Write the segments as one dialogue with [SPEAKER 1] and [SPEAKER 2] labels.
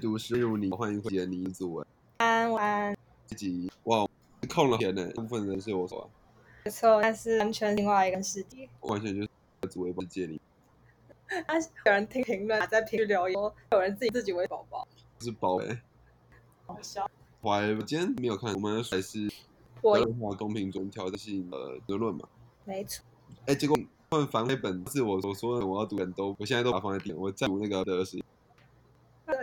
[SPEAKER 1] 读是入你，欢迎回杰你子文。
[SPEAKER 2] 安晚安，
[SPEAKER 1] 这集哇，空了钱呢，大部分人是我手啊，
[SPEAKER 2] 没错，但是完全另外一个世界。
[SPEAKER 1] 完全就是紫薇帮借你，
[SPEAKER 2] 但是有人听评论，在评论留言说，有人自己自己喂宝宝，
[SPEAKER 1] 是宝贝。
[SPEAKER 2] 好笑。
[SPEAKER 1] 怀，今天没有看，我们还是
[SPEAKER 2] 我
[SPEAKER 1] 德华公平中挑战性的争论嘛。
[SPEAKER 2] 没错，
[SPEAKER 1] 哎，结果换反悔本是我所说的我要读人都，我现在都把它放在点，我在读那个的是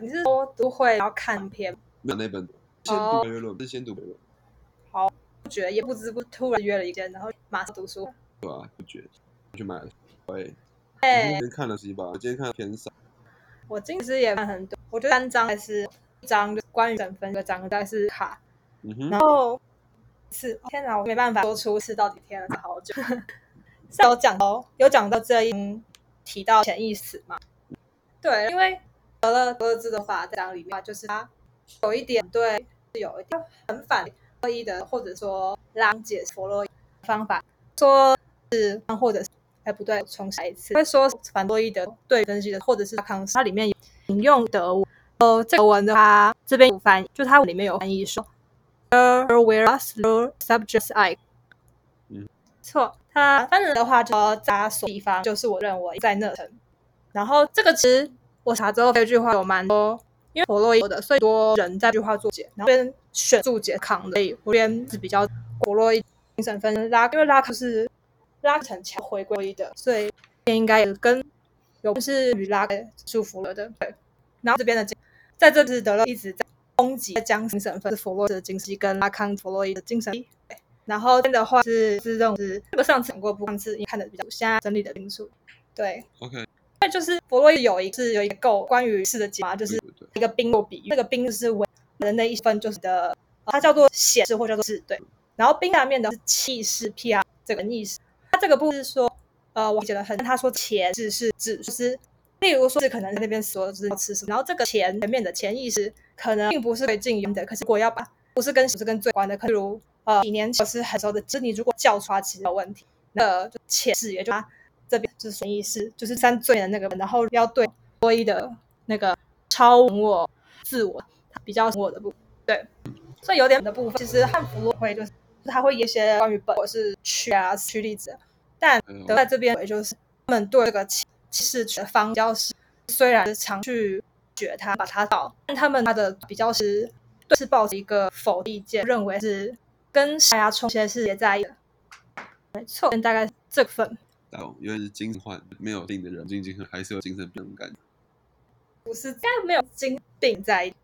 [SPEAKER 2] 你是说读会然后看片，
[SPEAKER 1] 没有那本，先读白月论，是先读白月论，
[SPEAKER 2] 觉得也不知不突然约了一间，然后马上读书。
[SPEAKER 1] 对吧、不觉我去买了。喂，我今
[SPEAKER 2] 哎、
[SPEAKER 1] 天看了几把，我今天看了偏少，
[SPEAKER 2] 我近期也看很多，我觉得三张还是一张就是关于整分，一个章但是卡，
[SPEAKER 1] 嗯哼，
[SPEAKER 2] 然后是天哪，我没办法说出是到底天了好 久。是有讲到有讲到这一嗯提到潜意识嘛？对，因为德勒德勒兹的法章里面，就是他有一点对，是有一点很反洛伊德，或者说让解释弗洛伊德方法，说是或者是哎不对，重来一次，会说反洛伊德对分析的，或者是康斯，它里面有引用德文，呃，这个文的话这边有翻译，就它里面有翻译说。而 whereas the subjects I，
[SPEAKER 1] 嗯，
[SPEAKER 2] 错，它翻译的话就扎索地方，就是我认为在那层。然后这个词我查之后，这句话有蛮多，因为弗洛伊德，所以多人在这句话注解，然后这边选注解扛的，所以我这边是比较弗洛伊德精神分拉，因为拉克是拉克很强回归的，所以应该也跟有是与拉克束缚了的，对。然后这边的在这次德勒一直在攻击将精神分是弗洛伊德的精神跟拉康弗洛伊德精神。对然后这边的话是是认为是这个上次讲过，不上次看的比较现在整理的清楚。对，
[SPEAKER 1] OK，
[SPEAKER 2] 那就是弗洛伊德有一是有一个构关于事的解嘛，就是
[SPEAKER 1] 对对对，
[SPEAKER 2] 一个冰做比喻，那个冰就是为人的一部分，就是的，呃它叫做显示或叫做是对。然后冰下面的是气势 P R 这个意思，它这个不是说，呃，我觉得很，他说前只是指就是，例如说是可能在那边说就是要吃什么，然后这个前前面的潜意识可能并不是最近用的，可是如果要把不是跟不是跟最关的，可例如呃几年前是很熟的，就是你如果叫出来其实有问题，那就潜意识也就它这边就是潜意识就是三罪的那个，然后要对多一的那个超我自我，它比较我的部分对，所以有点的部分其实汉服洛会就是他会一些关于本或是去啊去例子，但
[SPEAKER 1] 嗯
[SPEAKER 2] 德在这边也就是他们对这个气气势的方教是虽然是常去学它把它导，但他们他的比较是对是抱着一个否定意见，认为是跟沙牙冲些是也在一起的，没错，大概是这份
[SPEAKER 1] 然后因为是精神患，没有病的人，精神还是有精神病的感觉。
[SPEAKER 2] 不是，应该没有精病在一起，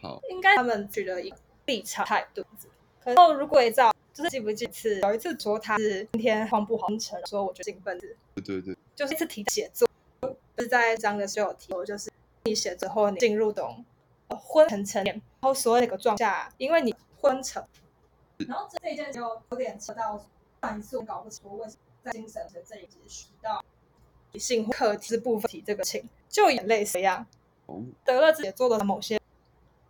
[SPEAKER 1] 好，
[SPEAKER 2] 应该他们取了一个立场态度。然后如果照就是记不记次有一次说他是今天放不好工程，说我觉得兴奋子，
[SPEAKER 1] 对对对，
[SPEAKER 2] 就是一次提到写作，就是在章的时候有提过，就是你写之后你进入懂呃昏沉沉然后所有那个状下，因为你昏沉，然后这一件就有点扯到上一次我搞不清楚为什么在精神的这一集学到理性课题部分题这个情，就也类似一样，
[SPEAKER 1] 哦，
[SPEAKER 2] 德勒兹也做了某些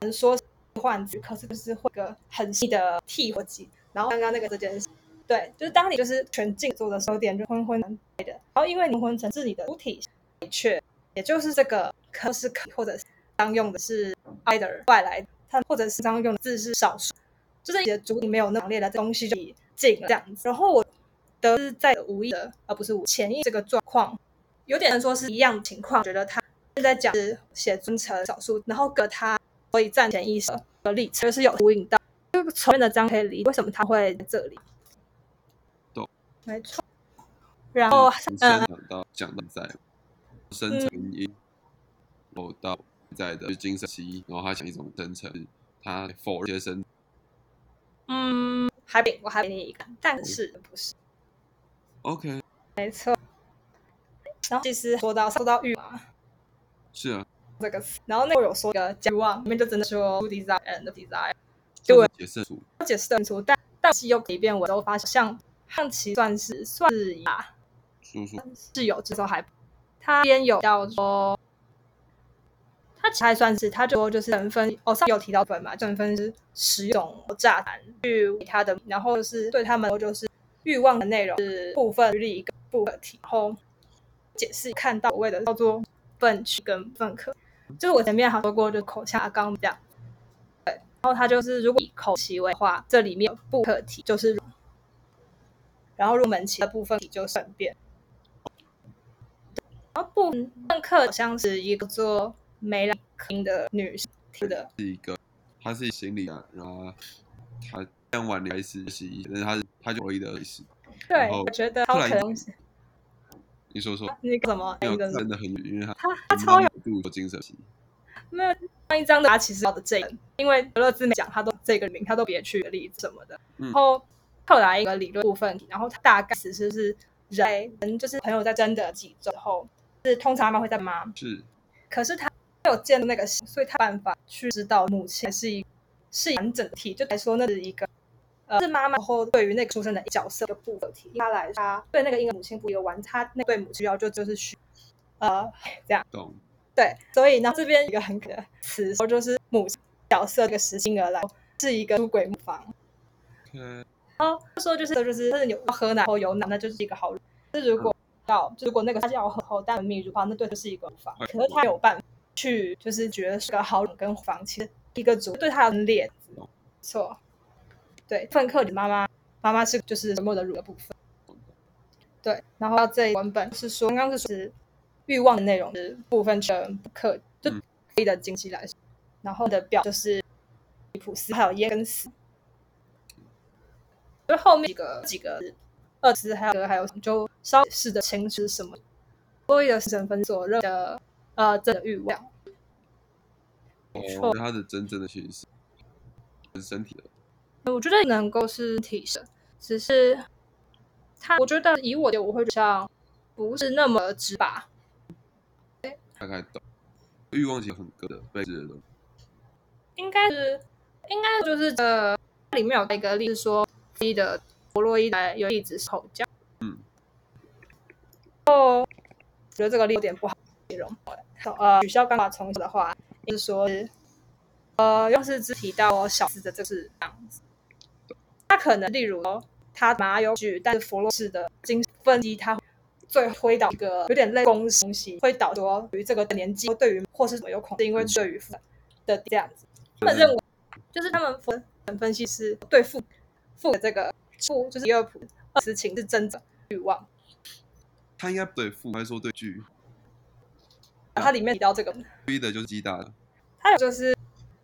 [SPEAKER 2] 人说是幻觉，可是就是会有一个很细的替或机。然后刚刚那个这件事，对，就是当你就是全静坐的时候，有点就昏昏的，然后因为灵魂层是你的主体，的确，也就是这个可是可或者是当用的是 either 外来，它或者是当用的字是少数，就是你的主体没有那么强烈的东西就已进了这样子。然后我的是在无意的，而不是无潜意这个状况，有点说是一样的情况，觉得他是在讲是写尊成少数，然后跟他所以占潜意识的立场就是有呼应到，就是前面的章可以理为什么他会在这里。
[SPEAKER 1] 懂，
[SPEAKER 2] 没错。然后
[SPEAKER 1] 从现
[SPEAKER 2] 嗯
[SPEAKER 1] 在讲到讲到在生成原因，然后到现在的精神西医，然后他讲一种生成，他否认一些生，
[SPEAKER 2] 嗯，还比我还比你一个，但是不是？
[SPEAKER 1] OK，
[SPEAKER 2] 然后其实说到说到欲嘛
[SPEAKER 1] 是啊，
[SPEAKER 2] 这个词，然后那会有说一个欲望，里面就真的说 “to desire and desire”，
[SPEAKER 1] 这个解释出
[SPEAKER 2] 解释得很清楚，但但是又可以变为都发现，像象棋算是算是呀，
[SPEAKER 1] 叔叔，
[SPEAKER 2] 是有这时候还他边有要说。他其实还算是，他就说就是整分哦，上面有提到分嘛，整分是十种炸弹去为他的，然后就是对他们就是欲望的内容是部分利一个部分题，然后解释看到所谓的叫做粪区跟粪壳，就是我前面还说过，就口腔刚这样。对，然后它就是如果以口期为话，这里面有不可体就是乳，然后入门期的部分就顺便。然后部分课好像是一个做梅兰科的女性听的，
[SPEAKER 1] 是一个，他是行李啊，然后他当晚开始习，但是他是他就唯一的历史。
[SPEAKER 2] 对
[SPEAKER 1] 然，后
[SPEAKER 2] 我觉得
[SPEAKER 1] 后
[SPEAKER 2] 超
[SPEAKER 1] 来
[SPEAKER 2] 可东西，
[SPEAKER 1] 你说说，
[SPEAKER 2] 那个什么
[SPEAKER 1] 没
[SPEAKER 2] 那
[SPEAKER 1] 有
[SPEAKER 2] 个什么
[SPEAKER 1] 真的很远，因为他
[SPEAKER 2] 他他超有
[SPEAKER 1] 有度精神系，
[SPEAKER 2] 没有上一张的他其实要的这个人，因为德勒兹没讲他都这个名，他都别去例子什么的。
[SPEAKER 1] 嗯
[SPEAKER 2] 然后后来一个理论部分，然后他大概只是是人人就是朋友在真的几周后，是通常他们会在妈，
[SPEAKER 1] 是
[SPEAKER 2] 可是他没有见到那个形，所以他没办法去知道母亲是一是完整体，就来说那是一个。呃，是妈妈后对于那个出生的角色的部分体，他来说他对那个婴儿母亲不有完，他那对母亲要就就是需呃
[SPEAKER 1] 懂
[SPEAKER 2] 对，所以呢，这边有一个很可爱的词，说就是呃母亲角色这个实心而来是一个出轨母房。
[SPEAKER 1] ？OK，
[SPEAKER 2] 说就是就是，真的有喝奶后有奶，那就是一个好人。就是如果要，就如果那个他是要喝后但泌乳房，那对就是一个乳房。可是他有办法去，就是觉得是个好人跟房，其实一个主对他的脸哦
[SPEAKER 1] 懂
[SPEAKER 2] 错。对，芬克里妈妈妈妈是就是沉默的乳的部分。对，然后到这一文本是说，刚刚是说是欲望的内容是部分全不可就
[SPEAKER 1] 嗯
[SPEAKER 2] 可以的经济来说，然后的表就是普斯还有耶根斯，就后面几个几个二次还有还有就稍试的情是什么，所以的神分所认的呃这个欲望，
[SPEAKER 1] 哦，那他的真正的其实是很身体的，
[SPEAKER 2] 我觉得能够是提升，只是他我觉得以我的我会觉得像不是那么直吧，
[SPEAKER 1] 大概懂。欲望其实很高的被制的东西，
[SPEAKER 2] 应该是应该就是呃，里面有一个例子说，一的弗洛伊德有例子是口交，
[SPEAKER 1] 嗯，
[SPEAKER 2] 我觉得这个例子有点不好形容。呃，取消刚法重修的话，就是说是，呃，要是只提到小四的这是这样子，他可能例如哦他马有举，但是弗洛式的精神分析他。最推导一个有点类公式东西，会导致说对于这个年纪对于或是什么有恐惧，因为对于父的这样子。他们认为，就是他们分分析师对父父的这个父就是第二普二十情是真的欲望，
[SPEAKER 1] 他应该不对父，还说对剧，
[SPEAKER 2] 它里面提到这个，
[SPEAKER 1] 对的就是鸡大的，
[SPEAKER 2] 还有就是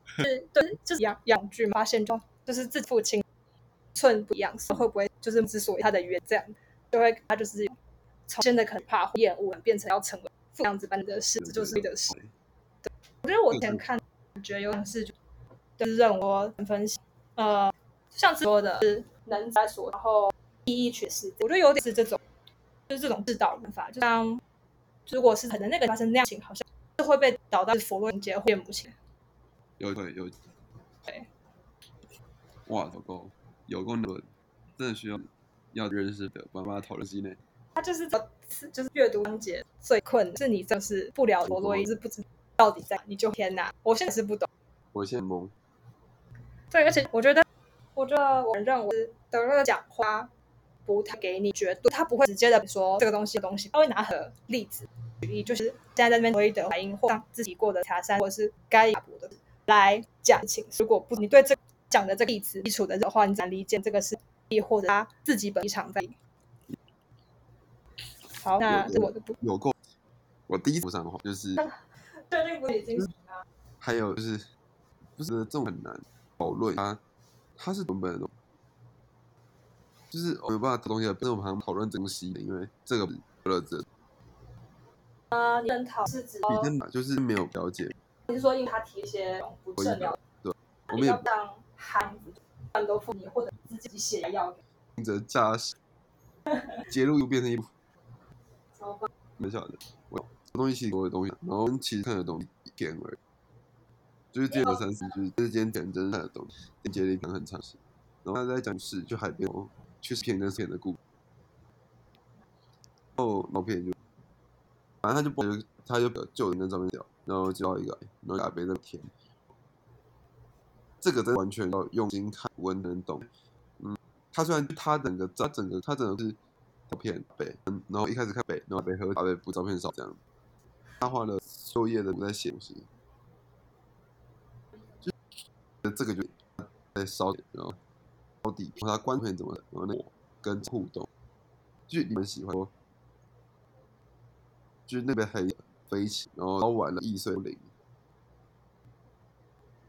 [SPEAKER 2] 是对就是养养具发现状，就是自己父亲寸不一样，是会不会就是之所以他的原这样，就会他就是从现在可能怕或厌恶变成要成为父样子般的事，这就是你的事。我觉得我以前看，觉得有点是就是让我很分析，呃，像是说的是能在所，然后意义缺失，我觉得有点是这种，就是这种自导人法，就像如果是可能那个发生那样情，好像是会被导到佛洛伦结婚母亲，
[SPEAKER 1] 有对有
[SPEAKER 2] 对，
[SPEAKER 1] 哇，有够有够的，真的需要要认识的，慢慢讨论机内。
[SPEAKER 2] 他就是是就是阅读章节最困难，是你就是不了佛洛伊，就是不知道到底在哪，你就天哪，我现在是不懂。
[SPEAKER 1] 我现在懵，
[SPEAKER 2] 对，而且我觉得，我觉得我认为是德勒的讲话不太给你绝对，他不会直接的说这个东西的东西，他会拿很多例子举例，就是现在在那边推的反应或让自己过的茶山，或者是该亚伯的来讲情。如果不你对这讲的这个例子基础的的话，你难理解这个是亦或者他自己本立场在。好，那
[SPEAKER 1] 有
[SPEAKER 2] 是我的部，
[SPEAKER 1] 有够。我第一组上的话就是，
[SPEAKER 2] 最近不已经
[SPEAKER 1] 还有就是，不是这种很难讨论它，它是文本的东西，就是呃我没有办法讨论东西的，但是我们好像讨论这东西的，因为这个不了解，
[SPEAKER 2] 啊，你们讨是指
[SPEAKER 1] 比较难，就是没有了解，
[SPEAKER 2] 你是说因为他提一些不
[SPEAKER 1] 我
[SPEAKER 2] 正
[SPEAKER 1] 也
[SPEAKER 2] 了
[SPEAKER 1] 我
[SPEAKER 2] 比
[SPEAKER 1] 们也
[SPEAKER 2] 较像汉子，很多妇女或者自己写药给
[SPEAKER 1] 听着驾 驶，揭露又变成一部
[SPEAKER 2] 超棒。
[SPEAKER 1] 没晓得，我东西其实我的东西，然后其实看的东西一点而已，就是这个三十，就是这间点真看的东西，连接力可能很长时间，然后他在讲是就海边哦，去骗跟骗的故事，然后毛片就，反正他就不他就就人跟照片聊，然后接到一个，然后阿北在填，这个真的完全要用心看文能懂，嗯，他虽然他整个他整个他整个是。照片北，嗯，然后一开始看北，然后北和阿北补照片少这样。他画了六页的我在写东西，那这个就在烧，然后到底他观点怎么怎么那个跟互动，就你们喜欢说，就是那边还飞起，然后玩了易碎零，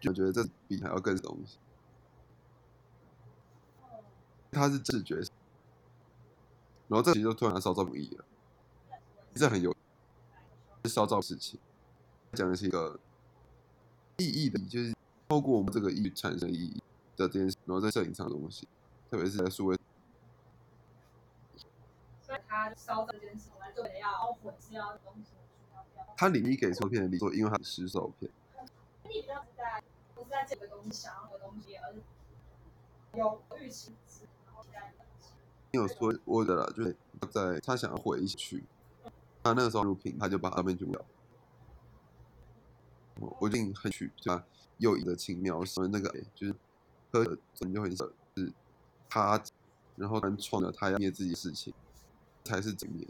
[SPEAKER 1] 就我觉得这比还要更东西，他是自觉，然后这其实就突然烧造不易了，这很有烧造事情，讲的是一个意义的，就是。透过我们这个意义产生意义的这件事，然后在摄影上的东西，特别是在数位，
[SPEAKER 3] 所以他烧这件事，我们就得要混是要东西要不要。
[SPEAKER 1] 它里面给照片的力作，因为它是实照片，
[SPEAKER 3] 你比较不在不是在这个东西想要的东西，而是有预期值，然后期待的东西。
[SPEAKER 1] 因为有说我的啦，就是他在他想要回去，他那个时候录屏，他就把照片丢掉。我我定很去对吧？又一个轻描写那个、就是喝酒真的就很是他，然后突然创了他要灭自己的事情，才是正面。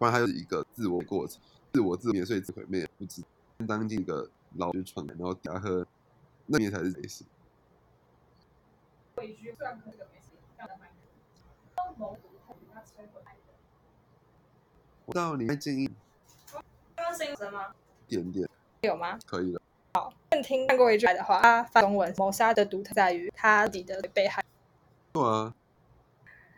[SPEAKER 1] 不然还有一个自我过程，自我自灭，所以自毁灭不知当进一个老就创，然后底下喝，那面才是真实。
[SPEAKER 3] 委屈虽然可能这个没事，让人蛮苦。但某种程度他摧毁爱的。
[SPEAKER 1] 我到你会建议
[SPEAKER 3] 刚刚声音有声吗？
[SPEAKER 1] 一点点
[SPEAKER 2] 有吗？
[SPEAKER 1] 可以了，
[SPEAKER 2] 听看过一句话的话，他翻中文谋杀的独特在于他自己的被害。
[SPEAKER 1] 对啊，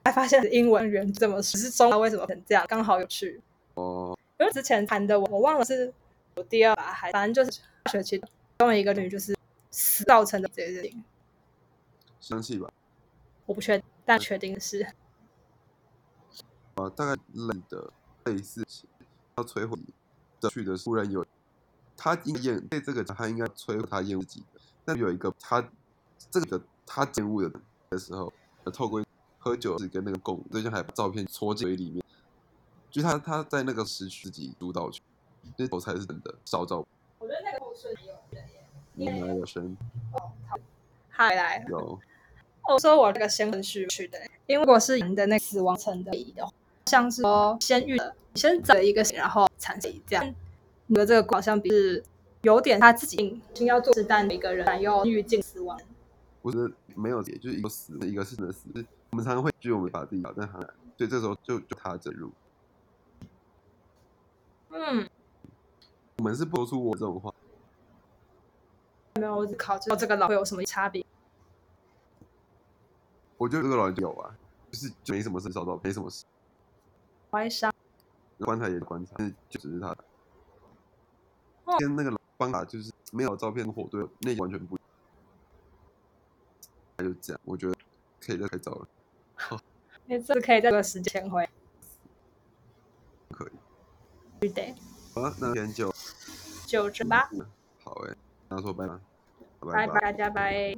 [SPEAKER 2] 还发现英文原这么说，只是中文为什么成这样，刚好有趣。哦，因为之前谈的我我忘了是我第二把，还反正就是大学期中了一个女就是死造成的这件事情，
[SPEAKER 1] 相信吧。
[SPEAKER 2] 我不确定，但确定是
[SPEAKER 1] 啊，大概类的类似情要摧毁的去的，突然有他应该厌对这个他应该摧毁他厌恶自己的，但有一个他这个他厌恶的的时候，呃透过喝酒是跟那个共舞对象还把照片戳进嘴里面，就他他在那个失去自己主导权，那头才是真的少照
[SPEAKER 3] 我觉得那个后顺有人耶，
[SPEAKER 1] 你们有声
[SPEAKER 2] 嗨来。
[SPEAKER 1] 有
[SPEAKER 2] 我说我那个先顺序去的，因为如果是人的那个死亡层的意义的话，像是说先遇的，你先找一个然后产生这样，你的这个好像比是有点他自己硬硬要做事，但每个人但又遇尽死亡。
[SPEAKER 1] 我觉得没有解，就是一个死，一个是真的死。就是我们常常会觉得我们把自己搞在很难，所以这时候就就他整入。
[SPEAKER 2] 嗯，
[SPEAKER 1] 我们是不说出我这种话，
[SPEAKER 2] 没有，我只考虑这个老会有什么差别。
[SPEAKER 1] 我觉得这个老人有啊，就是就没什么事，找到没什么事，
[SPEAKER 2] 怀伤，
[SPEAKER 1] 观察也观察，但是就只是他
[SPEAKER 2] 哦
[SPEAKER 1] 跟那个老方法就是没有照片火对那完全不一样，他就这样，我觉得可以再开照了，
[SPEAKER 2] 那这可以在这个时间回
[SPEAKER 1] 可以。
[SPEAKER 2] 去得
[SPEAKER 1] 好了，那今天就嗯
[SPEAKER 2] 就这吧，
[SPEAKER 1] 好哎、那说拜拜，
[SPEAKER 2] 拜拜，大家拜。